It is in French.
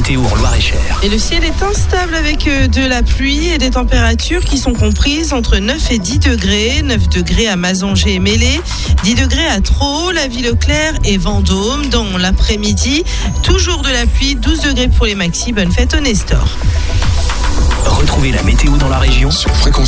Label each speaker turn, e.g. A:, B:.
A: météo en Loire-et-Cher.
B: Et le ciel est instable avec euh, de la pluie et des températures qui sont comprises entre 9 et 10 degrés. 9 degrés à Mazanger et Mélé, 10 degrés à Traux, la Ville-Claire et Vendôme. Dans l'après-midi, toujours de la pluie, 12 degrés pour les maxis. Bonne fête au Nestor.
A: Retrouvez la météo dans la région
C: sur fréquence.